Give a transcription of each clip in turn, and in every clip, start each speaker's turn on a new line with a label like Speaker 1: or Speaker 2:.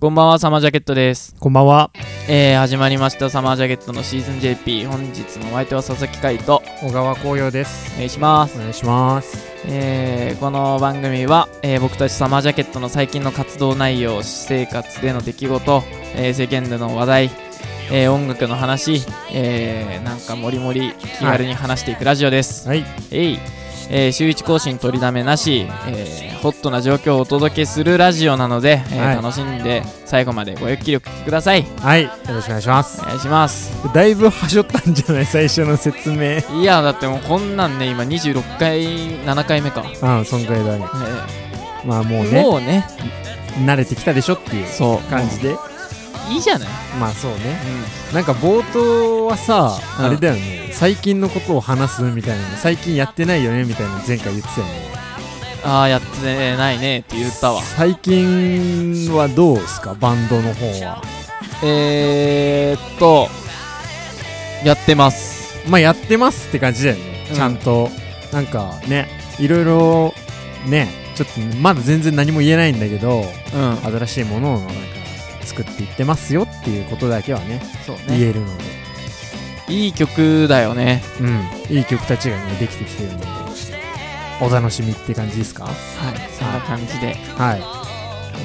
Speaker 1: こんばんは、サマージャケットです。
Speaker 2: こんばんは。
Speaker 1: えー、始まりました、サマージャケットのシーズン JP。本日のお相手は佐々木海と、
Speaker 2: 小川紅葉です。
Speaker 1: お願いします。
Speaker 2: お願いします。
Speaker 1: えー、この番組は、えー僕たちサマージャケットの最近の活動内容、私生活での出来事、えー世間での話題、えー音楽の話、えーなんかもりもり気軽に話していくラジオです。
Speaker 2: はい。
Speaker 1: えいえー週1更新取りだめなし、えーホットな状況をお届けするラジオなので、えー
Speaker 2: はい
Speaker 1: 楽しんで最後までごゆっくりお聞きください。
Speaker 2: はい。よろしくお願いします
Speaker 1: お。願いします。
Speaker 2: だいぶはしょったんじゃない最初の説 明。
Speaker 1: いやだってもうこんなんね今26回7回目か、
Speaker 2: うん、そんくらいだね。
Speaker 1: え
Speaker 2: まあもう
Speaker 1: ー
Speaker 2: ね、
Speaker 1: もうね
Speaker 2: 慣れてきたでしょっていう
Speaker 1: そう
Speaker 2: 感じで。
Speaker 1: いいじゃない、
Speaker 2: まあそうね。なんか冒頭はさ、
Speaker 1: うん
Speaker 2: あれだよね。最近のことを話すみたいな。最近やってないよねみたいな前回言ってたよね。
Speaker 1: ああやってないねって言ったわ
Speaker 2: 最近はどうですかバンドの方は。
Speaker 1: えー、っとやってます
Speaker 2: まあやってますって感じだよね、
Speaker 1: うん
Speaker 2: ちゃんとなんかねいろいろねちょっとまだ全然何も言えないんだけど
Speaker 1: うん
Speaker 2: 新しいものをなんか作っていってますよっていうことだけはね
Speaker 1: そうね
Speaker 2: 言えるので、
Speaker 1: いい曲だよね
Speaker 2: うん、いい曲たちがねできてきてるのでお楽しみって感じですか
Speaker 1: はいそんな感じで
Speaker 2: はい、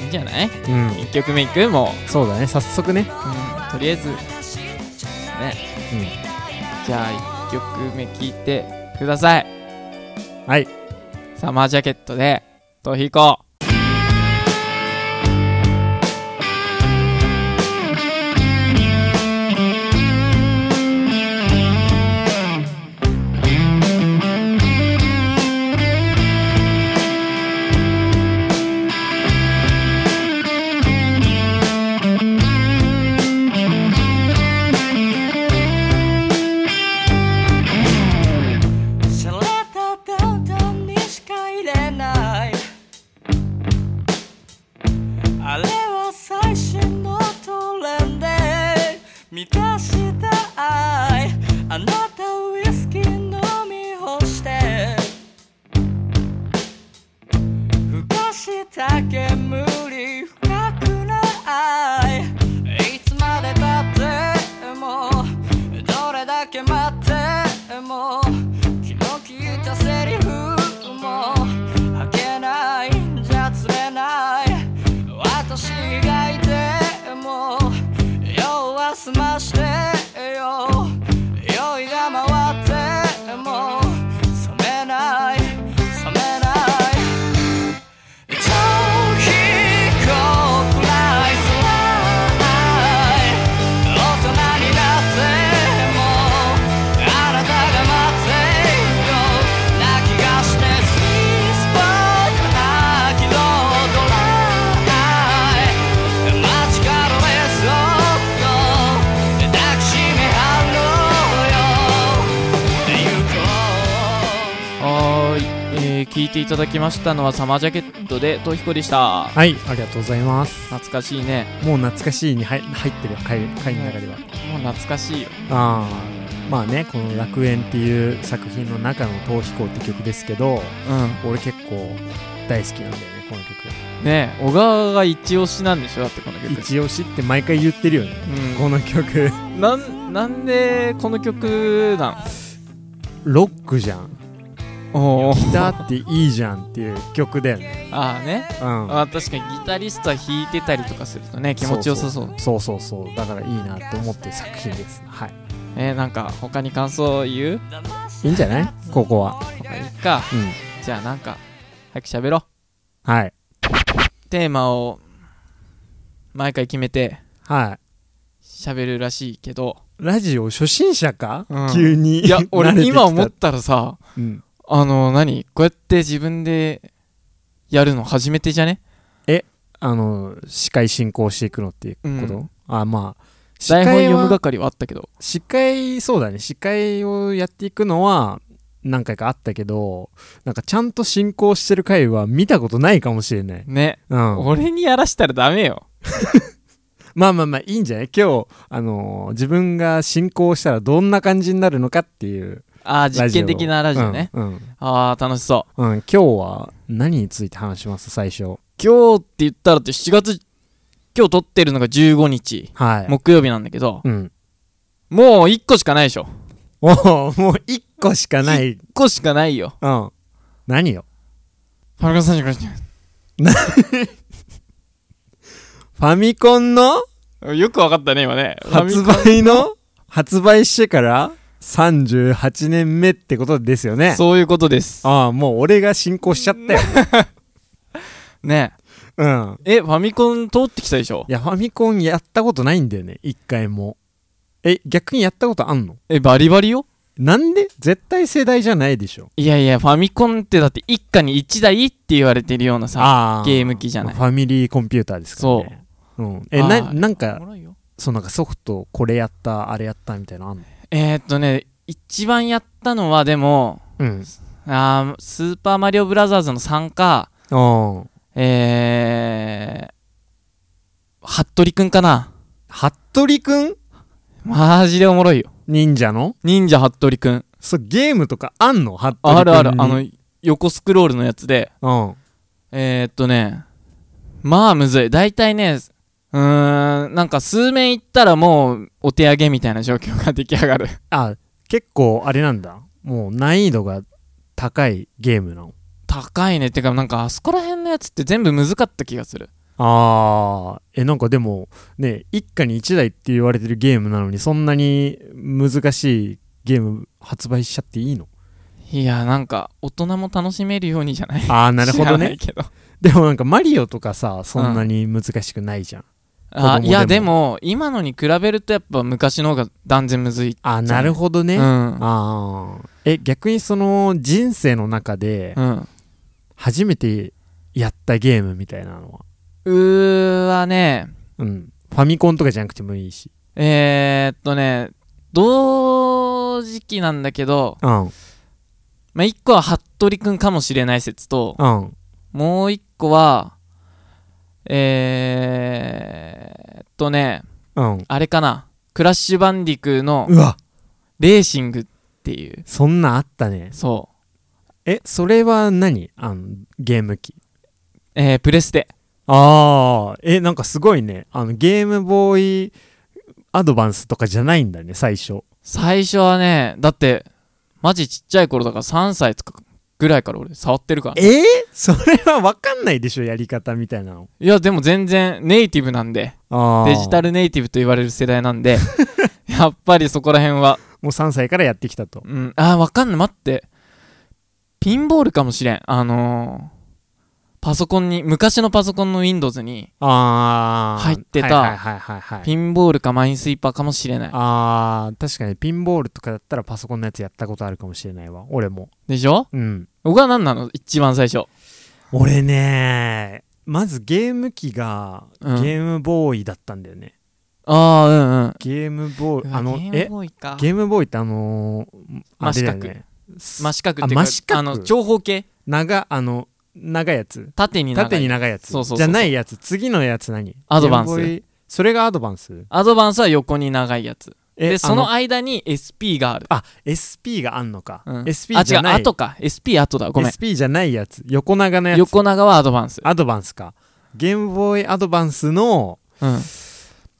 Speaker 1: いいんじゃない
Speaker 2: うん、
Speaker 1: 1曲目いくも
Speaker 2: そうだね早速ね、
Speaker 1: う、うん、とりあえずねじゃあ1曲目聴いてください
Speaker 2: うん、はい
Speaker 1: サマージャケットで逃避行
Speaker 3: シャレたダウンタウンにしか入れないあれは最新のトレンド満たした愛あなたウイスキー飲み干してふかした煙深くないいつまでたってもどれだけ待っても気の利いたセリフも吐けないんじゃ釣れない私がいても用は済ましてよ酔いが回っても冷めない冷めない「逃避行くらいすらない」「大人になってもあなたが待っているよ」「泣きがしてススポーな気取らない」「街からメスを抱きしめ合うよ」「行こう」
Speaker 1: はーい、えー、聞いていただきましたのはサマージャケットで逃避行でした
Speaker 2: はいありがとうございます
Speaker 1: 懐かしいね
Speaker 2: もう懐かしいに入入ってるよ回回の中では、
Speaker 1: もう懐かしいよ
Speaker 2: あーまあねこの「楽園」っていう作品の中の「逃避行」って曲ですけど
Speaker 1: うん
Speaker 2: 俺結構大好きなんだよねこの曲
Speaker 1: ねえ小川が一押しなんでしょだってこの曲
Speaker 2: 一押しって毎回言ってるよねこの 曲
Speaker 1: うんなんなんでこの曲なん
Speaker 2: ロックじゃん
Speaker 1: おお
Speaker 2: ギターっていいじゃんっていう曲だよね
Speaker 1: ああね
Speaker 2: うん
Speaker 1: あー確かにギタリストは弾いてたりとかするとね気持ちよさそう
Speaker 2: そうそうそうそうだからいいなって思ってる作品ですはい
Speaker 1: えー、なんか他に感想言う
Speaker 2: いいんじゃないここは
Speaker 1: 他いいか
Speaker 2: うん
Speaker 1: じゃあなんか早く喋ろう
Speaker 2: はい
Speaker 1: テーマを毎回決めて
Speaker 2: はい
Speaker 1: 喋るらしいけど
Speaker 2: ラジオ初心者か、
Speaker 1: うん
Speaker 2: 急に
Speaker 1: いや
Speaker 2: 慣れて
Speaker 1: 俺
Speaker 2: きた
Speaker 1: 今思ったらさ
Speaker 2: うん
Speaker 1: あの何こうやって自分でやるの初めてじゃね
Speaker 2: あの司会進行していくのっていうこと、
Speaker 1: うん
Speaker 2: あまあ司
Speaker 1: 台本
Speaker 2: 会
Speaker 1: 読む
Speaker 2: は
Speaker 1: 係はあったけど
Speaker 2: 司会そうだね司会をやっていくのは何回かあったけどなんかちゃんと進行してる回は見たことないかもしれない、
Speaker 1: ね、
Speaker 2: うん、まあ
Speaker 1: 俺にやらしたらダメよ
Speaker 2: まあまあいいんじゃない今日、あのー自分が進行したらどんな感じになるのかっていう
Speaker 1: ああ
Speaker 2: ラジオ
Speaker 1: 実験的なラジオね、
Speaker 2: うんうん
Speaker 1: ああ楽しそう
Speaker 2: うん今日は何について話します最初
Speaker 1: 今日って言ったらって7月今日撮ってるのが15日、
Speaker 2: はい。
Speaker 1: 木曜日なんだけど、
Speaker 2: うん。
Speaker 1: もう1個しかないでしょ。
Speaker 2: おーもう一個しかない。
Speaker 1: 1個しかないよ。
Speaker 2: うん。何よ。
Speaker 1: ファミコン三十五日
Speaker 2: ファミコンの
Speaker 1: よくわかったね、今ね。
Speaker 2: 発売の発売してから38年目ってことですよね。
Speaker 1: そういうことです。
Speaker 2: ああ、もう俺が進行しちゃったよ。
Speaker 1: ね
Speaker 2: うん。
Speaker 1: え、ファミコン通ってきたでしょ
Speaker 2: いや、ファミコンやったことないんだよね。一回も。え、逆にやったことあんの
Speaker 1: え、バリバリよ
Speaker 2: なんで絶対世代じゃないでしょ。
Speaker 1: いやいや、ファミコンってだって一家に一台って言われてるようなさ。
Speaker 2: あ
Speaker 1: ゲーム機じゃない
Speaker 2: ファミリーコンピューターですからね。そう。うん。え、
Speaker 1: あ
Speaker 2: な、
Speaker 1: ー
Speaker 2: なん
Speaker 1: おも
Speaker 2: か、
Speaker 1: ろいよ
Speaker 2: そうなんかソフト、これやった、あれやったみたいなのあんの
Speaker 1: えー、っとね、一番やったのはでも、
Speaker 2: うん。
Speaker 1: あースーパーマリオブラザーズの参加、
Speaker 2: ああ。
Speaker 1: えー、服部くんかな。
Speaker 2: 服部くん
Speaker 1: マジでおもろいよ。
Speaker 2: 忍者の
Speaker 1: 忍者服部くん。
Speaker 2: そう、ゲームとかあんの服部くんに。
Speaker 1: あるある、あの、横スクロールのやつで、
Speaker 2: うん。
Speaker 1: えー、っとね、まあむずい。大体ね、うーん、なんか数名いったらもうお手上げみたいな状況が出来上がる。
Speaker 2: あ、結構あれなんだ。もう難易度が高いゲームなの。
Speaker 1: 高いね。てか、なんかあそこら辺のやつって全部難かった気がする。
Speaker 2: ああ、え、なんかでも、ね、一家に一台って言われてるゲームなのに、そんなに難しいゲーム発売しちゃっていいの
Speaker 1: いや、なんか大人も楽しめるようにじゃない
Speaker 2: ああ、なるほど
Speaker 1: 知らない
Speaker 2: ね。
Speaker 1: けど。
Speaker 2: でもなんかマリオとかさ、そんなに難しくないじゃん。
Speaker 1: あ
Speaker 2: 子供でも
Speaker 1: いや、でも、今のに比べるとやっぱ昔の方が断然むずい。
Speaker 2: ああ、なるほどね。
Speaker 1: う
Speaker 2: あ
Speaker 1: ん。
Speaker 2: あ。え、逆にその人生の中で
Speaker 1: う、ん。
Speaker 2: 初めてやったゲームみたいなのは。
Speaker 1: うーはね、
Speaker 2: うん。ファミコンとかじゃなくてもいいし。
Speaker 1: えー、っとね、同時期なんだけど、
Speaker 2: うん。
Speaker 1: まあ、一個は服部くんかもしれない説と、
Speaker 2: うん。
Speaker 1: もう一個は、えーっとね、
Speaker 2: うん。
Speaker 1: あれかな。クラッシュバンディクーの
Speaker 2: うわ
Speaker 1: レーシングっていう。
Speaker 2: そんなんあったね。
Speaker 1: そ
Speaker 2: え、それは何あの、ゲーム機。
Speaker 1: う。えー、プレステ。
Speaker 2: ああ、え、なんかすごいね。あの、ゲームボーイアドバンスとかじゃないんだね、最初。
Speaker 1: 最初はね、だって、マジちっちゃい頃だから3歳とかぐらいから俺触ってるから。
Speaker 2: えーそれはわかんないでしょ、やり方みたいなの。
Speaker 1: いや、でも全然ネイティブなんで、
Speaker 2: ああ。
Speaker 1: デジタ。ルネイティブと言われる世代なん で、やっぱりそこら辺は、
Speaker 2: もう3歳からやってきたと。
Speaker 1: うん、あー、わかんない。待って。ピンボールかもしれん。あのー、パソコンに、昔のパソコンの Windows に、
Speaker 2: ああ。
Speaker 1: 入ってた
Speaker 2: はいはいはいはい、はい。
Speaker 1: ピンボールかマインスイーパーかもしれない。
Speaker 2: ああ、確かにピンボールとかだったらパソコンのやつやったことあるかもしれないわ。俺も。
Speaker 1: でしょ
Speaker 2: うん。
Speaker 1: 僕は何なの一番最初。
Speaker 2: 俺ねまずゲーム機がゲ
Speaker 1: うん
Speaker 2: ームボーイだったんだよね、
Speaker 1: ああ、うんうん。
Speaker 2: ゲームボーイあの
Speaker 1: ゲー
Speaker 2: え
Speaker 1: ムボーイか。
Speaker 2: ゲームボーイってあのー、あれだよね
Speaker 1: 真四角っていうか、
Speaker 2: あ真四角
Speaker 1: あの、長方形
Speaker 2: 長あの長いやつ
Speaker 1: 縦に長い
Speaker 2: 縦に長いやつ
Speaker 1: そうそうそう
Speaker 2: じゃないやつ次のやつ何
Speaker 1: アドバンス
Speaker 2: ゲームボーイそれがアドバンス
Speaker 1: アドバンスは横に長いやつ。
Speaker 2: え
Speaker 1: で、その
Speaker 2: あ
Speaker 1: 間に SP がある。
Speaker 2: あ SP があんのか、
Speaker 1: うん
Speaker 2: SP じゃ
Speaker 1: あ、
Speaker 2: な
Speaker 1: 違う、
Speaker 2: い
Speaker 1: 後か。SP 後だ。ごめん。
Speaker 2: SP じゃないやつ横長のやつ
Speaker 1: 横長はアドバンス。
Speaker 2: アドバンスかゲームボーイアドバンスの
Speaker 1: うん。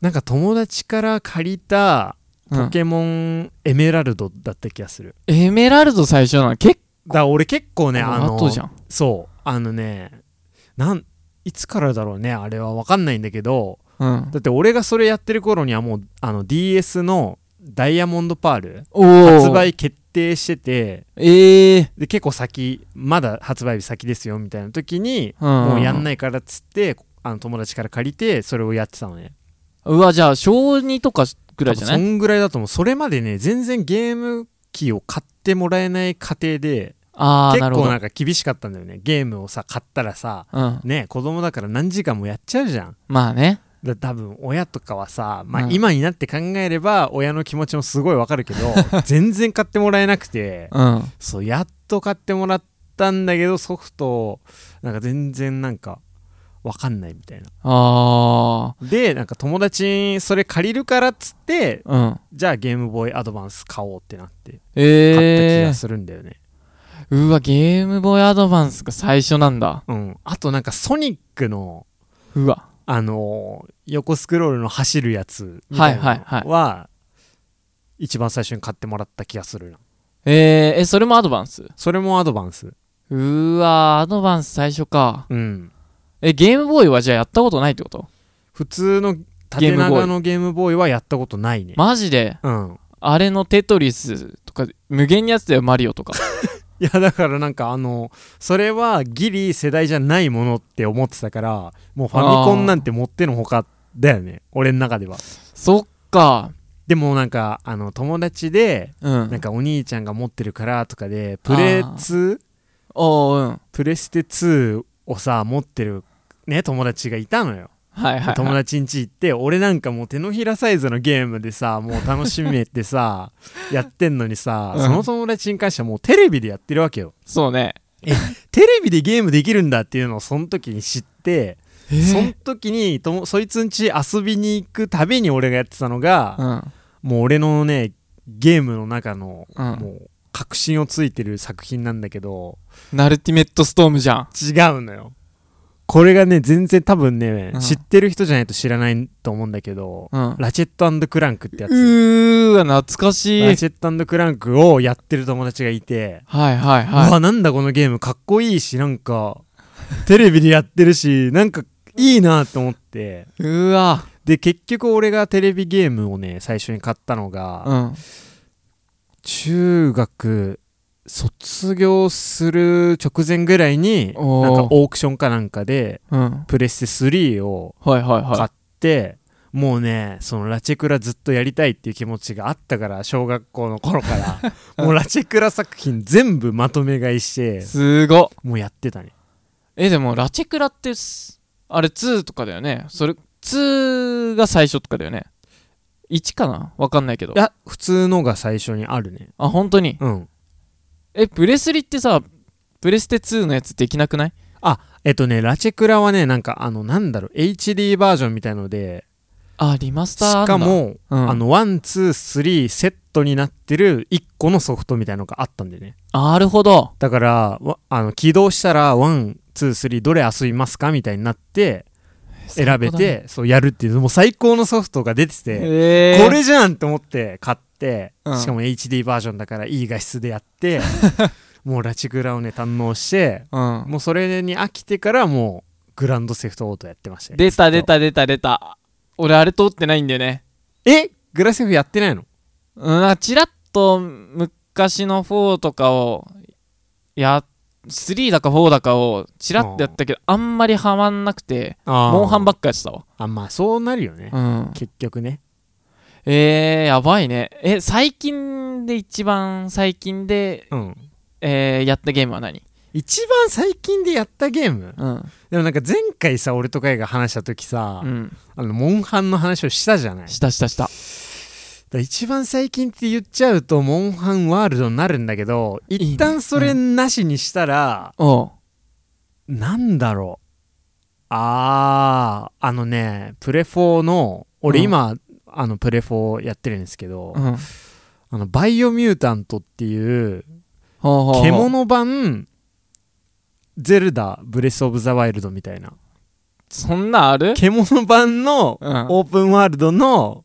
Speaker 2: なんか友達から借りた
Speaker 1: う
Speaker 2: ポ
Speaker 1: ん、
Speaker 2: ケモンエメラルドだった気がする、
Speaker 1: エメラルド最初なの結
Speaker 2: だから俺結構
Speaker 1: 構
Speaker 2: ねあの
Speaker 1: 後じゃん。
Speaker 2: そうあのねなんいつからだろうねあれは分かんないんだけど
Speaker 1: うん。
Speaker 2: だって俺がそれやってる頃にはもうあの DS のダイヤモンドパール
Speaker 1: おー
Speaker 2: 発。売決定してて
Speaker 1: ええ
Speaker 2: で結構先まだ発売日先ですよみたいな時に、
Speaker 1: うんうんうん
Speaker 2: もうやんないからっつってあの友達から借りてそれをやってたのね
Speaker 1: うわ、じゃあ、小2とかぐらいじゃな
Speaker 2: 多分
Speaker 1: い
Speaker 2: そんぐらいだと思うそれまでね全然ゲーム機を買ってもらえない過程で
Speaker 1: ああ、
Speaker 2: 結
Speaker 1: なるほ
Speaker 2: 構
Speaker 1: ど。
Speaker 2: なんか厳しかったんだよねゲームをさ買ったらさ
Speaker 1: うん。
Speaker 2: ね子供だから何時間もやっちゃうじゃん
Speaker 1: まあね。
Speaker 2: だ多分親とかはさ、ま
Speaker 1: う
Speaker 2: あ、
Speaker 1: ん
Speaker 2: 今になって考えれば親の気持ちもすごいわかるけど 全然買ってもらえなくて
Speaker 1: うん。
Speaker 2: そうやっと買ってもらったんだけどソフトなんか全然なんかわかんないみたいな
Speaker 1: あ
Speaker 2: でなんか友達にそれ借りるからっつって
Speaker 1: あ、うん。
Speaker 2: じゃあゲームボーイアドバンス買おうってなって買った気
Speaker 1: ええ
Speaker 2: がするんだよね、
Speaker 1: うわ、ゲームボーイアドバンスが最初なんだ。
Speaker 2: うんあとなんかソニックの
Speaker 1: うわ。
Speaker 2: あの横スクロールの走るやつみたい
Speaker 1: はい
Speaker 2: な
Speaker 1: はい
Speaker 2: のは一番最初に買ってもらった気がするな
Speaker 1: えー、え、それもアドバンス
Speaker 2: それもアドバンス
Speaker 1: うーわー、アドバンス最初か。
Speaker 2: うん
Speaker 1: え、ゲームボーイはじゃあやったことないってこと
Speaker 2: 普通の
Speaker 1: ゲ
Speaker 2: 縦
Speaker 1: ームボーイ
Speaker 2: 長のゲームボーイはやったことないね、
Speaker 1: マジで、
Speaker 2: うん
Speaker 1: あれのテトリスとか、無限にやってたよ、マリ オとか。
Speaker 2: いやだからなんかあのそれはギリ世代じゃないものって思ってたからもうファミコンなんてもってのほかだよね俺の中では
Speaker 1: そっか。
Speaker 2: でもなんかあの友達で
Speaker 1: う
Speaker 2: なん
Speaker 1: ん。
Speaker 2: かお兄ちゃんが持ってるからとかでプレ
Speaker 1: あー
Speaker 2: 2?
Speaker 1: おー、うん。
Speaker 2: プレステ2をさ持ってるね友達がいたのよ
Speaker 1: はいはい、はい。
Speaker 2: 友達ん家行って俺なんかもう手のひらサイズのゲームで さもう楽しめてさやってんのにさ
Speaker 1: うん
Speaker 2: その友達に関してはもうテレビでやってるわけよ
Speaker 1: そうね。
Speaker 2: テレビでゲームできるんだっていうのをその時に知って
Speaker 1: え
Speaker 2: その時にともそいつん家遊びに行くたびに俺がやってたのが
Speaker 1: うん。
Speaker 2: もう俺のねゲームの中の
Speaker 1: うん
Speaker 2: もう確信をついてる作品なんだけど
Speaker 1: ナルティメットストームじゃん。
Speaker 2: 違うのよこれがね全然多分ね、
Speaker 1: うん
Speaker 2: 知ってる人じゃないと知らないと思うんだけど、
Speaker 1: うん。
Speaker 2: ラチェットクランクってやつ、
Speaker 1: うーわ、懐かしい。は
Speaker 2: ラ
Speaker 1: い
Speaker 2: チェットクランクをやってる友達がいて、
Speaker 1: はいは
Speaker 2: う
Speaker 1: い。
Speaker 2: わなんだこのゲームかっこいいしなんかテレビでやってるしなんかいいなと思って
Speaker 1: うーわ。
Speaker 2: で結局俺がテレビゲームをね最初に買ったのが、
Speaker 1: うん。
Speaker 2: 中学卒業する直前ぐらいになんか
Speaker 1: おー
Speaker 2: オークションかなんかで
Speaker 1: うん。
Speaker 2: プレステ3を
Speaker 1: はいはいは
Speaker 2: 買
Speaker 1: い
Speaker 2: っ。て、もうねそのラチェクラずっとやりたいっていう気持ちがあったから小学校の頃から もうラチェクラ作品全部まとめ買いして
Speaker 1: すごっ
Speaker 2: もうやってたね
Speaker 1: えでもラチェクラってすあれ2とかだよねそれ2が最初とかだよね1かなわかんないけど
Speaker 2: いや普通のが最初にあるね
Speaker 1: あ本当に
Speaker 2: うん
Speaker 1: えプレスリってさプレステ2のやつできなくない
Speaker 2: えっとねラチェクラはねなんかあのなんだろう HD バージョンみたいので
Speaker 1: あリマス
Speaker 2: し
Speaker 1: ターあんだ
Speaker 2: かも、
Speaker 1: うん
Speaker 2: あのワンツースリーセットになってる1個のソフトみたいのがあったんでね
Speaker 1: なるほど
Speaker 2: だからわあの起動したらワンツースリーどれ遊びますかみたいになって選べ
Speaker 1: 最高だね
Speaker 2: て、そうやるっていうもう最高のソフトが出てて、
Speaker 1: えー、
Speaker 2: これじゃんと思って買って、
Speaker 1: うん
Speaker 2: しかも HD バージョンだからいい画質でやって もうラチグラをね堪能して
Speaker 1: うん
Speaker 2: もうそれに飽きてからもうグランドセフトオートやってましたね
Speaker 1: 出た出
Speaker 2: ずっと
Speaker 1: た出た出た俺あれ通ってないんだよね
Speaker 2: えグラセフやってないの
Speaker 1: うんなんかチラッと昔の4とかをや3だか4だかをチラッとやったけどあんまりハマんなくて
Speaker 2: あー
Speaker 1: モンハンばっかやってたわ
Speaker 2: あまあそうなるよね、
Speaker 1: うん
Speaker 2: 結局ね
Speaker 1: えー、やばいね。え、最近で一番最近で、
Speaker 2: うん
Speaker 1: えー、やったゲームは何
Speaker 2: 一番最近でやったゲーム
Speaker 1: うん。
Speaker 2: でもなんか前回さ俺とかいが話した時さ、
Speaker 1: うん。
Speaker 2: あのモンハンの話をしたじゃない
Speaker 1: したしたした。
Speaker 2: だから一番最近って言っちゃうとモンハンワールドになるんだけど
Speaker 1: ね
Speaker 2: 一旦それなしにしたら、
Speaker 1: おう。
Speaker 2: なんだろうあーあのねプレ4の俺
Speaker 1: うん
Speaker 2: 今、あのプレ4やってるんですけど、
Speaker 1: うん。ほう
Speaker 2: あのバイオミュータントっていう
Speaker 1: ほうほう。
Speaker 2: 獣版ゼルダブレス・オブ・ザ・ワイルドみたいな
Speaker 1: そんなんある
Speaker 2: 獣版の
Speaker 1: うん。
Speaker 2: オープンワールドの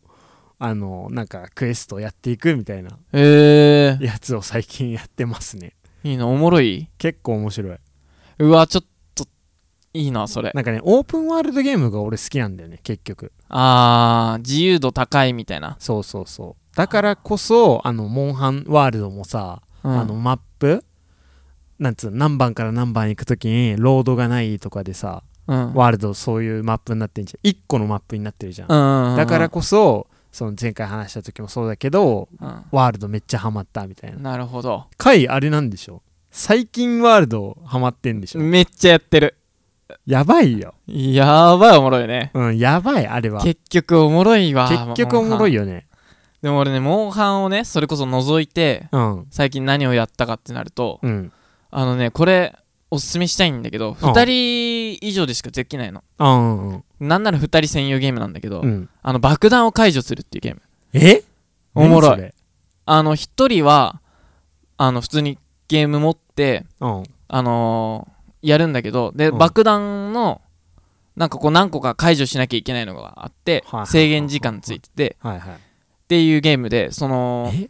Speaker 2: あのなんかクエストをやっていくみたいな
Speaker 1: えー、
Speaker 2: やつを最近やってますね
Speaker 1: いいな、おもろい
Speaker 2: 結構面白いう
Speaker 1: わ、ちょっと、いいな、それ。
Speaker 2: なんかねオープンワールドゲームが俺好きなんだよね結局
Speaker 1: あー、自由度高いみたいな。
Speaker 2: そうそうそうだからこそあのモンハンワールドもさ、
Speaker 1: うん、
Speaker 2: あの、マップなんつうの何番から何番行く時にロードがないとかでさ、
Speaker 1: うん。
Speaker 2: ワールドそういうマップになってんじゃん1個のマップになってるじゃん、
Speaker 1: うんうんうん、
Speaker 2: だからこそその前回話した時もそうだけど
Speaker 1: う。
Speaker 2: ワールドめっちゃハマったみたいなん
Speaker 1: なるほど。
Speaker 2: 回あれなんでしょ最近ワールドハマってんでしょ、
Speaker 1: めっちゃやってる。
Speaker 2: やばいよ
Speaker 1: やばいおもろいね。
Speaker 2: うんやばいあれは
Speaker 1: 結局おもろいわ。
Speaker 2: 結局おもろいよね
Speaker 1: でも俺ね、モンハンをね、それこそ覗いて、
Speaker 2: うん
Speaker 1: 最近何をやったかってなると、
Speaker 2: うん
Speaker 1: あのね、これ、おすすめしたいんだけど、
Speaker 2: うん
Speaker 1: 2人以上でしかできないの。
Speaker 2: あうんうん
Speaker 1: なんなら2人専用ゲームなんだけど、
Speaker 2: うん
Speaker 1: あの、爆弾を解除するっていうゲーム。
Speaker 2: え
Speaker 1: おもろい
Speaker 2: 何それ
Speaker 1: あの、1人は、あの、普通にゲーム持って、
Speaker 2: うん
Speaker 1: あのーやるんだけど、で、
Speaker 2: うん
Speaker 1: 爆弾の、なんかこう何個か解除しなきゃいけないのがあって
Speaker 2: はいはいはい
Speaker 1: 制限時間ついてて
Speaker 2: はいはい
Speaker 1: っていうゲームでその
Speaker 2: え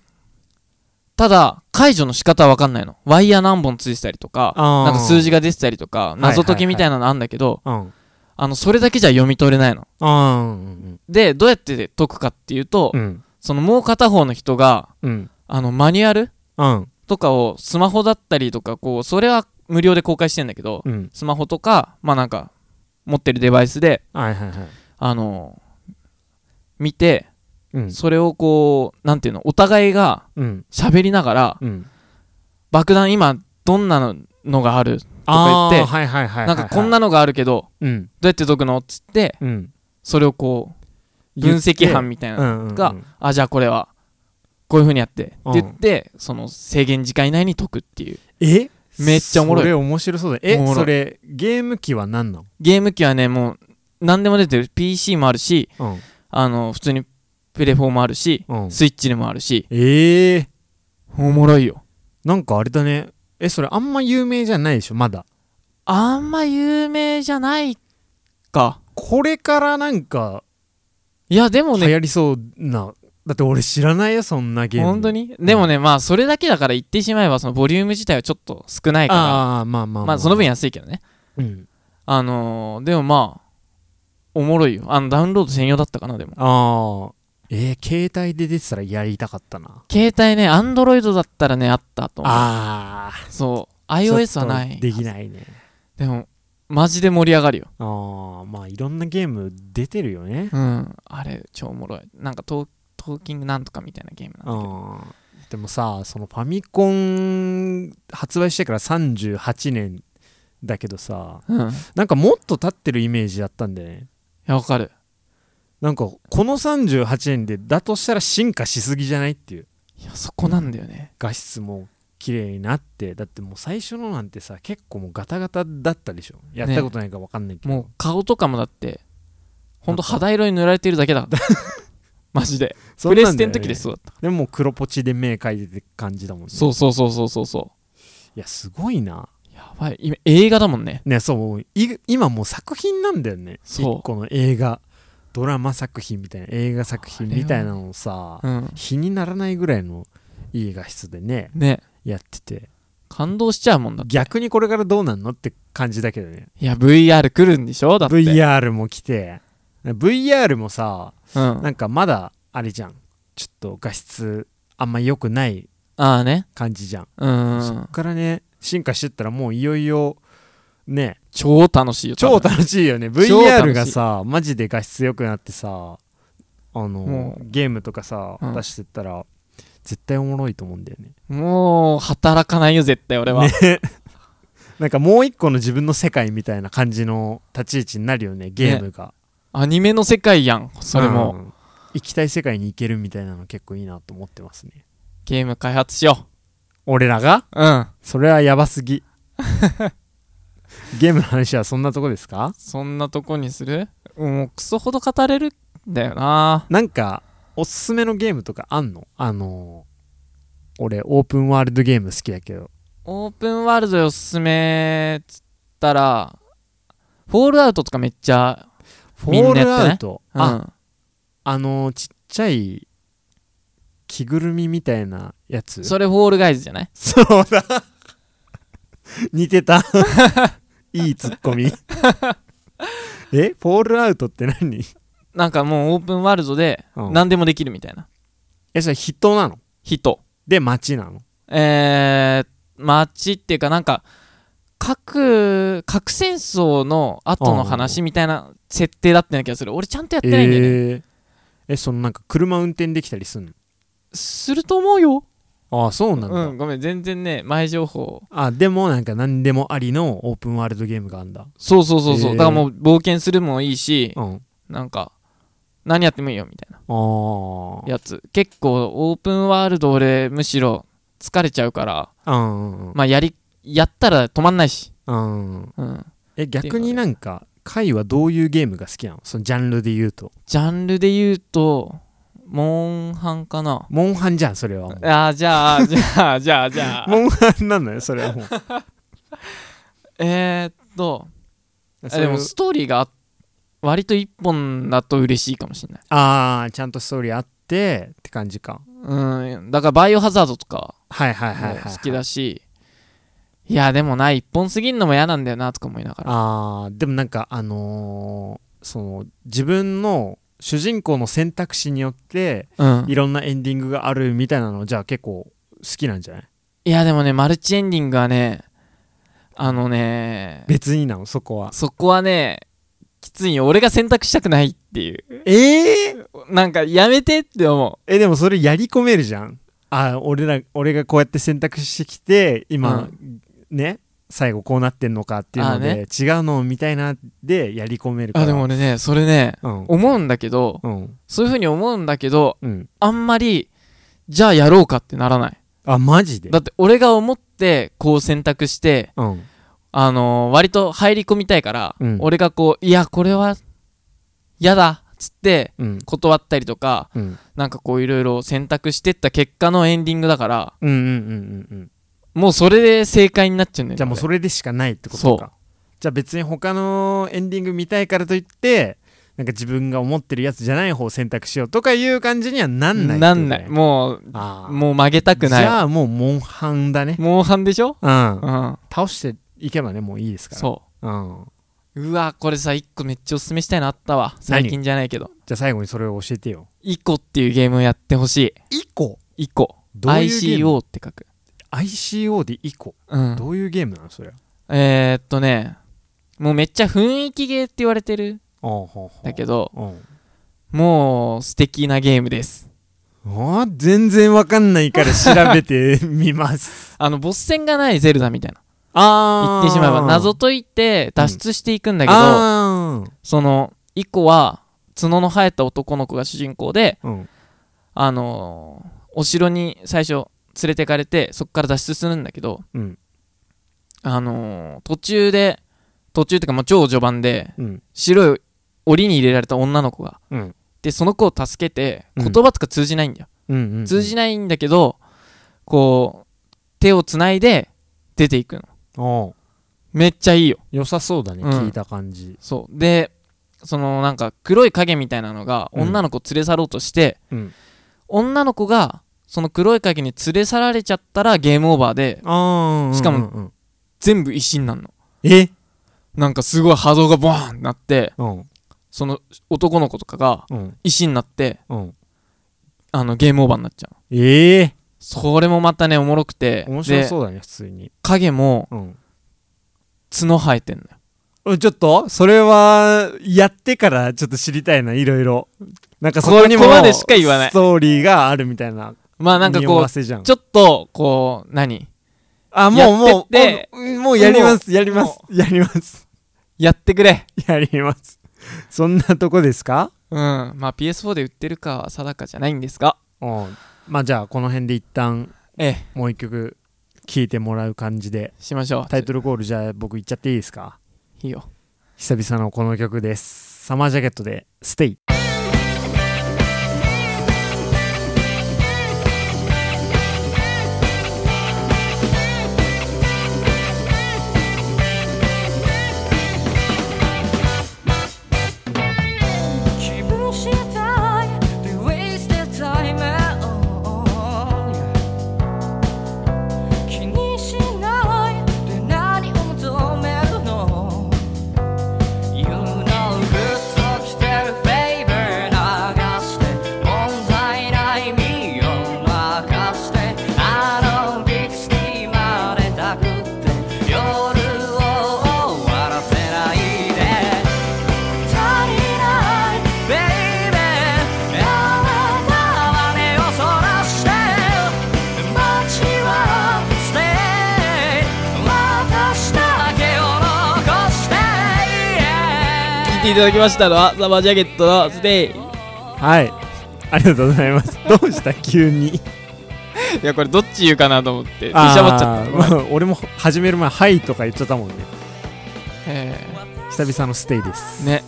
Speaker 1: ただ解除の仕方は分かんないのワイヤー何本ついてたりとか
Speaker 2: あー
Speaker 1: なんか数字が出てたりとか
Speaker 2: いはいはい
Speaker 1: 謎解きみたいなのあんだけど
Speaker 2: うん
Speaker 1: あのそれだけじゃ読み取れないの
Speaker 2: うん
Speaker 1: でどうやって解くかっていうと
Speaker 2: うん
Speaker 1: そのもう片方の人が
Speaker 2: うん
Speaker 1: あのマニュアル
Speaker 2: うん
Speaker 1: とかをスマホだったりとかこうそれは無料で公開してんだけど
Speaker 2: うん
Speaker 1: スマホとかまあなんか持ってるデバイスで
Speaker 2: はいはいはい
Speaker 1: あの見て
Speaker 2: うん
Speaker 1: それをこうなんていうのお互いが
Speaker 2: うん
Speaker 1: 喋りながら
Speaker 2: うん
Speaker 1: 爆弾今どんなのがある
Speaker 2: あ
Speaker 1: とか言
Speaker 2: ー
Speaker 1: って
Speaker 2: はいはいはいはい
Speaker 1: なんかこんなのがあるけど
Speaker 2: うん
Speaker 1: どうやって解くのっつって
Speaker 2: うん
Speaker 1: それをこう分析班みたいな
Speaker 2: うんうん
Speaker 1: があじゃあこれはこういう風にやってって
Speaker 2: うん
Speaker 1: 言ってその制限時間以内に解くっていう
Speaker 2: え
Speaker 1: めっちゃおもろい
Speaker 2: それ面白そうだえ
Speaker 1: おもろい
Speaker 2: それゲーム機は何な
Speaker 1: ゲーム機はねもう何でも出てる PC もあるし
Speaker 2: のうん
Speaker 1: あの普通にプレフォーもあるし
Speaker 2: うん
Speaker 1: スイッチでもあるし
Speaker 2: ええ
Speaker 1: おもろいよ
Speaker 2: なんかあれだねえそれあんま有名じゃないでしょまだ
Speaker 1: あんま有名じゃないか
Speaker 2: これからなんか
Speaker 1: いやでも
Speaker 2: 流
Speaker 1: ね
Speaker 2: 行りそうなだって俺知らないよそんなゲーム
Speaker 1: 本当にでもねまあそれだけだから言ってしまえばそのボリューム自体はちょっと少ないか
Speaker 2: ああまあまあ
Speaker 1: らまあその分
Speaker 2: や
Speaker 1: 安いけどね
Speaker 2: うん
Speaker 1: あのーでもまあおもろいよあのダウンロード専用だったかなでも
Speaker 2: ああえー、携帯で出てたらやりたかったな
Speaker 1: 携帯ねアンドロイドだったらねあったと思う
Speaker 2: ああ
Speaker 1: そう iOS はない
Speaker 2: できないね
Speaker 1: でもマジで盛り上がるよ
Speaker 2: ああまあいろんなゲーム出てるよね
Speaker 1: うんあれ超おもろいなんかトートーキングなんとかみたいなゲームなんだけど
Speaker 2: あーでもさそのファミコン発売してから38年だけどさ
Speaker 1: うんい
Speaker 2: なんかもっと経ってるイメージだったんだよね
Speaker 1: やわかる
Speaker 2: なんかこの38年でだとしたら進化しすぎじゃないっていう
Speaker 1: いやそこなんだよね
Speaker 2: 画質も綺麗になってだってもう最初のなんてさ結構もうガタガタだったでしょやったことないから分かんないけど、
Speaker 1: もう顔とかもだってほんと肌色に塗られてるだけ だマジで
Speaker 2: そ
Speaker 1: プ
Speaker 2: うな
Speaker 1: レス
Speaker 2: んだよね
Speaker 1: テの時でそうだった
Speaker 2: でももう黒ポチで目描いてて感じだもんね
Speaker 1: そうそうそうそうそうそ
Speaker 2: いやすごいな
Speaker 1: うやばい今映画だもんね
Speaker 2: ねそうい今もう作品なんだよね
Speaker 1: そう
Speaker 2: 一個の映画ドラマ作品みたいな映画作品みたいなのをさ、
Speaker 1: うん
Speaker 2: 比にならないぐらいのいい画質でね
Speaker 1: ね
Speaker 2: やってて
Speaker 1: 感動しちゃうもんだって
Speaker 2: 逆にこれからどうなんのって感じだけどね
Speaker 1: いや VR 来るんでしょだって
Speaker 2: VR も来て VR もさ
Speaker 1: うん
Speaker 2: なんかまだあれじゃんちょっと画質あんま良くない
Speaker 1: ああね
Speaker 2: 感じじゃん、
Speaker 1: う
Speaker 2: そ
Speaker 1: ん
Speaker 2: っからね進化してったらもういよいよね
Speaker 1: 超楽しいよ多
Speaker 2: 超
Speaker 1: 分
Speaker 2: 楽しいよね
Speaker 1: 楽しい
Speaker 2: VR がさマジで画質良くなってさあの
Speaker 1: もう
Speaker 2: ゲームとかさ、
Speaker 1: うん
Speaker 2: 出してったら絶対おもろいと思うんだよね
Speaker 1: もう働かないよ絶対俺は、
Speaker 2: なんかもう一個の自分の世界みたいな感じの立ち位置になるよねゲームが、
Speaker 1: アニメの世界やんそれも、
Speaker 2: うん行きたい世界に行けるみたいなの結構いいなと思ってますね
Speaker 1: ゲーム開発しよ
Speaker 2: 俺らが
Speaker 1: ううん
Speaker 2: それはやばすぎ ゲームの話はそんなとこですか
Speaker 1: そんなとこにするもうクソほど語れるんだよな
Speaker 2: なんかおすすめのゲームとかあんのあのー俺オープンワールドゲーム好きだけど
Speaker 1: オープンワールドでおすすめっつったらフォールアウトとかめっちゃ
Speaker 2: フ
Speaker 1: みん
Speaker 2: ォー
Speaker 1: なやってね
Speaker 2: ルアウト、
Speaker 1: うん
Speaker 2: ああのーちっちゃい着ぐるみみたいなやつ
Speaker 1: それフォールガイズじゃない
Speaker 2: そうだ似てた いいツッ コミえフォールアウトって何
Speaker 1: なんかもうオープンワールドで
Speaker 2: うん
Speaker 1: 何でもできるみたいな
Speaker 2: えそれ人なの
Speaker 1: 人
Speaker 2: で街なの
Speaker 1: えー、街っていうかなんか核核戦争の後の話みたいな設定だったような気がする俺ちゃんとやってないんだよね、
Speaker 2: えーえそのなんか車運転できたりすんの
Speaker 1: すると思うよ
Speaker 2: ああそうなんだ、
Speaker 1: うんごめん全然ね前情報
Speaker 2: あでもなんか何でもありのオープンワールドゲームがあんだ
Speaker 1: そうそうそうそう、
Speaker 2: へー
Speaker 1: だからもう冒険するもいいし
Speaker 2: うんあ
Speaker 1: なんか何やってもいいよみたいな
Speaker 2: あ
Speaker 1: やつ結構オープンワールド俺むしろ疲れちゃうから
Speaker 2: うんうん
Speaker 1: まあやりやったら止まんないし、
Speaker 2: うん
Speaker 1: うん、
Speaker 2: え逆になんか回はどういうゲームが好きなのそのジャンルで言うと
Speaker 1: ジャンルで言うとモンハンかな
Speaker 2: モンハンじゃんそれはもう
Speaker 1: あーじゃあ じゃあじゃあじゃあ
Speaker 2: モンハン なんだよそれはもう
Speaker 1: えー、っとあ
Speaker 2: それ
Speaker 1: でもストーリーがあ割と一本だと嬉しいかもしれない
Speaker 2: ああちゃんとストーリーあってって感じか
Speaker 1: うんだからバイオハザードとか
Speaker 2: はいはいはい、
Speaker 1: も
Speaker 2: はい、
Speaker 1: 好きだしいやでもな一本すぎんのも嫌なんだよなとか思いながら
Speaker 2: あーでもなんかあのーその自分の主人公の選択肢によって
Speaker 1: うん
Speaker 2: いろんなエンディングがあるみたいなのじゃあ結構好きなんじゃない
Speaker 1: いやでもねマルチエンディングはねあのね
Speaker 2: 別になのそこは
Speaker 1: そこはねきついよ俺が選択したくないっていう
Speaker 2: えー、
Speaker 1: なんかやめてって思
Speaker 2: えでもそれやり込めるじゃんあー俺ら俺がこうやって選択してきて今、
Speaker 1: う
Speaker 2: ね最後こうなってんのかっていうの
Speaker 1: あー
Speaker 2: で、違うのを見たいなでやり込める
Speaker 1: う
Speaker 2: から
Speaker 1: あでも俺ねそれね
Speaker 2: うん
Speaker 1: 思うんだけど
Speaker 2: うん
Speaker 1: そういう風に思うんだけど
Speaker 2: うん
Speaker 1: あんまりじゃあやろうかってならない
Speaker 2: あマジで
Speaker 1: だって俺が思ってこう選択して
Speaker 2: うん
Speaker 1: あのー割と入り込みたいから、
Speaker 2: うん
Speaker 1: 俺がこういやこれは嫌だっつって
Speaker 2: うん
Speaker 1: 断ったりとか
Speaker 2: うん
Speaker 1: なんかこういろいろ選択してった結果のエンディングだから
Speaker 2: うんうんうんうんうん
Speaker 1: もうそれで正解になっちゃうんだよね
Speaker 2: じゃあもうそ
Speaker 1: れ
Speaker 2: れでしかないってこと
Speaker 1: そう
Speaker 2: かじゃあ別に他のエンディング見たいからといってなんか自分が思ってるやつじゃない方を選択しようとかいう感じにはなんないって
Speaker 1: な
Speaker 2: ことね
Speaker 1: んないもう
Speaker 2: あー
Speaker 1: もう曲げたく
Speaker 2: じ
Speaker 1: ない
Speaker 2: ゃあもうモンハンだね
Speaker 1: もう半でしょ
Speaker 2: うん
Speaker 1: うん
Speaker 2: 倒していけばねもういいですから、
Speaker 1: そう
Speaker 2: ん、
Speaker 1: ううわこれさ1個めっちゃおすすめしたいのあったわ最近じゃないけど
Speaker 2: じゃあ最後にそれを教えてよ
Speaker 1: 「イコ」っていうゲームをやってほし
Speaker 2: イコ
Speaker 1: い「イコ」
Speaker 2: どういうゲー
Speaker 1: ICO
Speaker 2: ム
Speaker 1: って書く
Speaker 2: ICO でイコ
Speaker 1: うん
Speaker 2: どういうゲームなのそれ
Speaker 1: えー、っとねもうめっちゃ雰囲気ゲーって言われてるん
Speaker 2: ああほう
Speaker 1: だけど
Speaker 2: ほううん
Speaker 1: もう素敵なゲームです
Speaker 2: あー全然わかんないから調べてみます
Speaker 1: あのボス戦がないゼルダみたいな言
Speaker 2: あ
Speaker 1: っ
Speaker 2: あ
Speaker 1: てしまえば謎解いて脱出していくんだけど、
Speaker 2: あー
Speaker 1: そのイコは角の生えた男の子が主人公で
Speaker 2: うん
Speaker 1: あのーお城に最初連れてかれてそこから脱出するんだけど
Speaker 2: うん
Speaker 1: あのー途中で途中っていうかもう超序盤で
Speaker 2: うん
Speaker 1: 白い檻に入れられた女の子が
Speaker 2: うん
Speaker 1: でその子を助けて
Speaker 2: う
Speaker 1: 言
Speaker 2: ん
Speaker 1: 葉とか通じないんだよ、
Speaker 2: うんうん
Speaker 1: 通じないんだけどこう手をつないで出ていくの
Speaker 2: おう
Speaker 1: めっちゃいいよ
Speaker 2: 良さそうだね、
Speaker 1: うん
Speaker 2: 聞いた感じ
Speaker 1: そうでそのなんか黒い影みたいなのが
Speaker 2: うん
Speaker 1: 女の子を連れ去ろうとして、
Speaker 2: うん
Speaker 1: 女の子がその黒い影に連れ去られちゃったらゲームオーバーで
Speaker 2: ああ
Speaker 1: しかも全部石になるの
Speaker 2: え
Speaker 1: なんかすごい波動がボーンってなって
Speaker 2: うん
Speaker 1: その男の子とかが
Speaker 2: うん
Speaker 1: 石になって
Speaker 2: うん
Speaker 1: あのゲームオーバーになっちゃう
Speaker 2: ええ
Speaker 1: それもまたねおもろくて
Speaker 2: 面白
Speaker 1: で
Speaker 2: そうだね普通に
Speaker 1: 影も
Speaker 2: うん
Speaker 1: 角生えてんのよ
Speaker 2: ちょっとそれはやってからちょっと知りたいないろいろなんかそこにも
Speaker 1: ここまでしか言わない
Speaker 2: ストーリーがあるみたいな
Speaker 1: まあなんか
Speaker 2: 匂
Speaker 1: こ
Speaker 2: わ
Speaker 1: う
Speaker 2: せじゃん
Speaker 1: ちょっとこう何
Speaker 2: あもうもう
Speaker 1: やってって
Speaker 2: もうもうやりますやります
Speaker 1: も
Speaker 2: やります
Speaker 1: やってくれ
Speaker 2: やりますそんなとこですか
Speaker 1: うんまあ PS4 で売ってるかは定かじゃないんですが
Speaker 2: うんまあじゃあこの辺で一旦
Speaker 1: ええ
Speaker 2: もう一曲聴いてもらう感じで
Speaker 1: しましょう
Speaker 2: タイトルコールじゃあ僕言っちゃっていいですか
Speaker 1: いいよ
Speaker 2: 久々のこの曲ですサマージャケットで「ステイ
Speaker 3: 気分次第で wasted time on 気にしないで何を求めるの You know グッときてる favor 流して問題ない身を任してあのビクスにまでたくって夜を終わらせないで足りない「ベイベー」「あなたは目をそらして」「街はステイ」「私だけを残して」
Speaker 1: 聞いていただきましたのはサマージャケットのステイ」
Speaker 2: はいありがとうございます どうした急に
Speaker 1: いやこれどっち言うかなと思って出しゃばっちゃった
Speaker 2: あーまあ俺も始める前「はい」とか言っちゃったもんね
Speaker 1: え
Speaker 2: 久々の「ステイ」です
Speaker 1: えね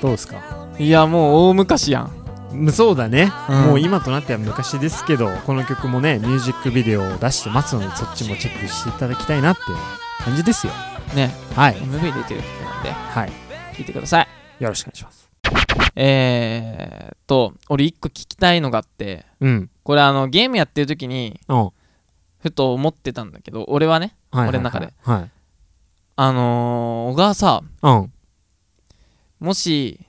Speaker 2: どうですか
Speaker 1: いやもう大昔やん
Speaker 2: むそうだね、
Speaker 1: うん
Speaker 2: もう今となっては昔ですけどこの曲もねミュージックビデオを出してますのでそっちもチェックしていただきたいなっていう感じですよ
Speaker 1: ね
Speaker 2: はい
Speaker 1: MV 出てるってなんで
Speaker 2: はい
Speaker 1: 聞いてください
Speaker 2: よろしくお願いします
Speaker 1: えー、っと俺一個聞きたいのがあって
Speaker 2: うん
Speaker 1: これあのゲームやってる時に
Speaker 2: うんはい
Speaker 1: ふと思ってたんだけど俺はね
Speaker 2: はいはい
Speaker 1: 俺の中で
Speaker 2: はい
Speaker 1: あのー、小川さ
Speaker 2: うん
Speaker 1: もし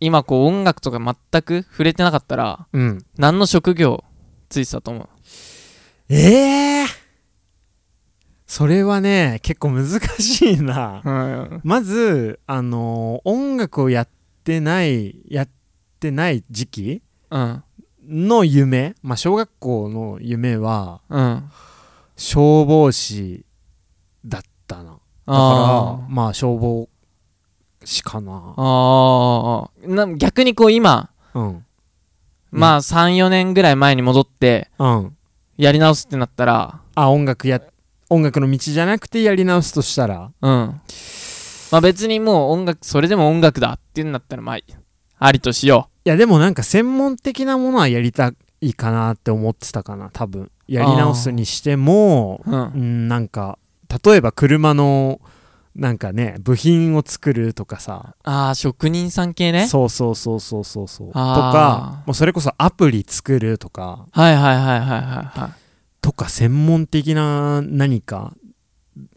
Speaker 1: 今こう音楽とか全く触れてなかったら
Speaker 2: うん
Speaker 1: 何の職業ついてたと思う
Speaker 2: ええそれはね結構難しいな
Speaker 1: うん
Speaker 2: まずあのー音楽をやってないやってない時期
Speaker 1: うん
Speaker 2: の夢まあ小学校の夢は
Speaker 1: うん
Speaker 2: 消防士だったなだ
Speaker 1: あ
Speaker 2: からまあ消防士かな
Speaker 1: ーあーな逆にこう今
Speaker 2: うん
Speaker 1: まあ34年ぐらい前に戻って
Speaker 2: うん
Speaker 1: やり直すってなったら
Speaker 2: あ音楽や音楽の道じゃなくてやり直すとしたら
Speaker 1: うんまあ別にもう音楽それでも音楽だっていうんだったらまあありとしよ
Speaker 2: いやでもなんか専門的なものはやりたいかなって思ってたかな多分やり直すにしても
Speaker 1: うう
Speaker 2: うんんなんか例えば車のなんかね部品を作るとかさ
Speaker 1: ああ職人さん系ね
Speaker 2: そうそうそうそうそうそうと
Speaker 1: あー
Speaker 2: かもうそれこそアプリ作るとか
Speaker 1: はいはいはいはいはいはい
Speaker 2: とか専門的な何か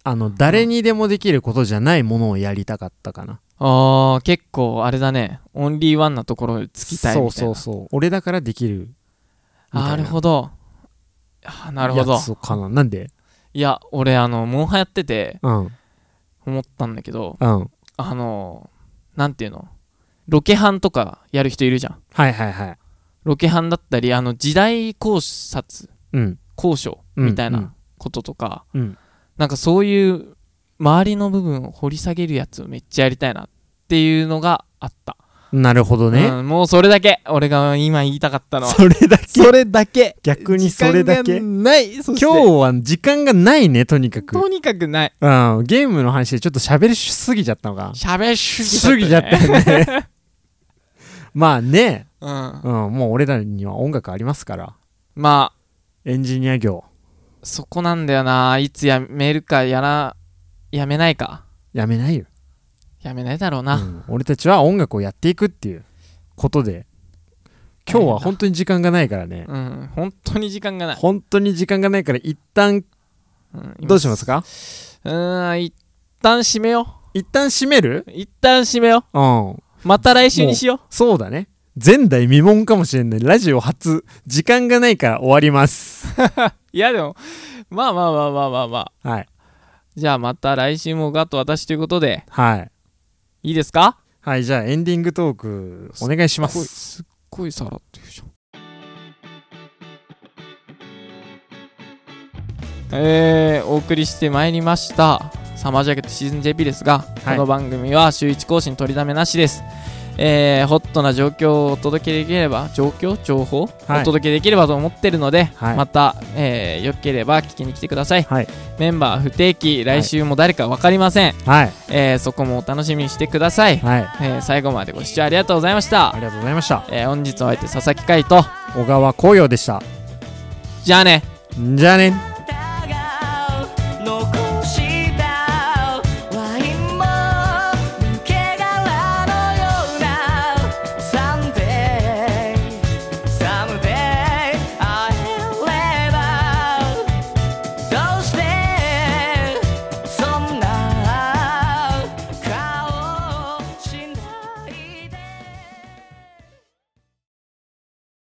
Speaker 2: あの誰にでもできることじゃないものをやりたかったかな
Speaker 1: ああ結構あれだねオンリーワンなところにつきたいみたい
Speaker 2: そ
Speaker 1: な
Speaker 2: うそうそう俺だからできるみたい
Speaker 1: なるほどあーなるほど
Speaker 2: やつかななんで
Speaker 1: いや俺あのモンハンやってて
Speaker 2: うん
Speaker 1: 思ったんだけど
Speaker 2: うん
Speaker 1: あのなんていうのロケハンとかやる人いるじゃん
Speaker 2: はいはいはい
Speaker 1: ロケハンだったりあの時代考察
Speaker 2: うん
Speaker 1: 考証
Speaker 2: うん
Speaker 1: みたい
Speaker 2: うん
Speaker 1: なこととか、
Speaker 2: うん
Speaker 1: なんかそういう周りの部分を掘り下げるやつをめっちゃやりたいなっていうのがあった、
Speaker 2: なるほどね、
Speaker 1: うんもうそれだけ俺が今言いたかったのは
Speaker 2: それだけ
Speaker 1: れだけ
Speaker 2: 逆にそれだ
Speaker 1: 時
Speaker 2: け
Speaker 1: 間がないそして
Speaker 2: 今日は時間がないねとにかく、うん、
Speaker 1: とにかくない
Speaker 2: ゲームの話でちょっと喋りすぎちゃったのか
Speaker 1: 喋りす
Speaker 2: す
Speaker 1: ぎ
Speaker 2: ぎ
Speaker 1: ち
Speaker 2: ち
Speaker 1: ゃ
Speaker 2: ゃ
Speaker 1: っ
Speaker 2: ったた
Speaker 1: ね、
Speaker 2: よね まあね、
Speaker 1: うん、
Speaker 2: うん、もう俺らには音楽ありますから
Speaker 1: まあ
Speaker 2: エンジニア業
Speaker 1: そこなんだよないつやめるかやらやめないか
Speaker 2: やめないよ、
Speaker 1: やめないだろうな、
Speaker 2: うん俺たちは音楽をやっていくっていうことで今日は本当に時間がないからね、
Speaker 1: うん、本当に時間がない。
Speaker 2: 本当に時間がないから一旦
Speaker 1: ん
Speaker 2: どうしますか
Speaker 1: うーん、一旦閉めよ
Speaker 2: 一旦閉める
Speaker 1: う。一旦閉めよ
Speaker 2: うん
Speaker 1: う。また来週にしよ
Speaker 2: そうだね前代未聞かもしれないラジオ初時間がないから終わります
Speaker 1: う。 いや、でも、まあまあまあまあまあまあ。
Speaker 2: はい
Speaker 1: じゃあまた来週もガと私ということで、
Speaker 2: はい
Speaker 1: いいですか
Speaker 2: はいじゃあエンディングトークお願いします
Speaker 1: すっごいさらってるじゃん。えー、お送りしてまいりましたサマージャケットシーズン JP ですが、
Speaker 2: はい
Speaker 1: この番組は週1更新取りだめなしです、えー、ホットな状況をお届けできれば状況情報、
Speaker 2: はい
Speaker 1: お届けできればと思ってるので、
Speaker 2: はい
Speaker 1: また、えー、よければ聞きに来てください、
Speaker 2: はい
Speaker 1: メンバー不定期来週も誰か分かりません、
Speaker 2: はい
Speaker 1: えー、そこもお楽しみにしてください、
Speaker 2: はい
Speaker 1: えー最後までご視聴ありがとうございました
Speaker 2: ありがとうございました
Speaker 1: えー本日のお相手佐々木海と
Speaker 2: 小川紅葉でした
Speaker 1: じゃあね
Speaker 2: んじゃあね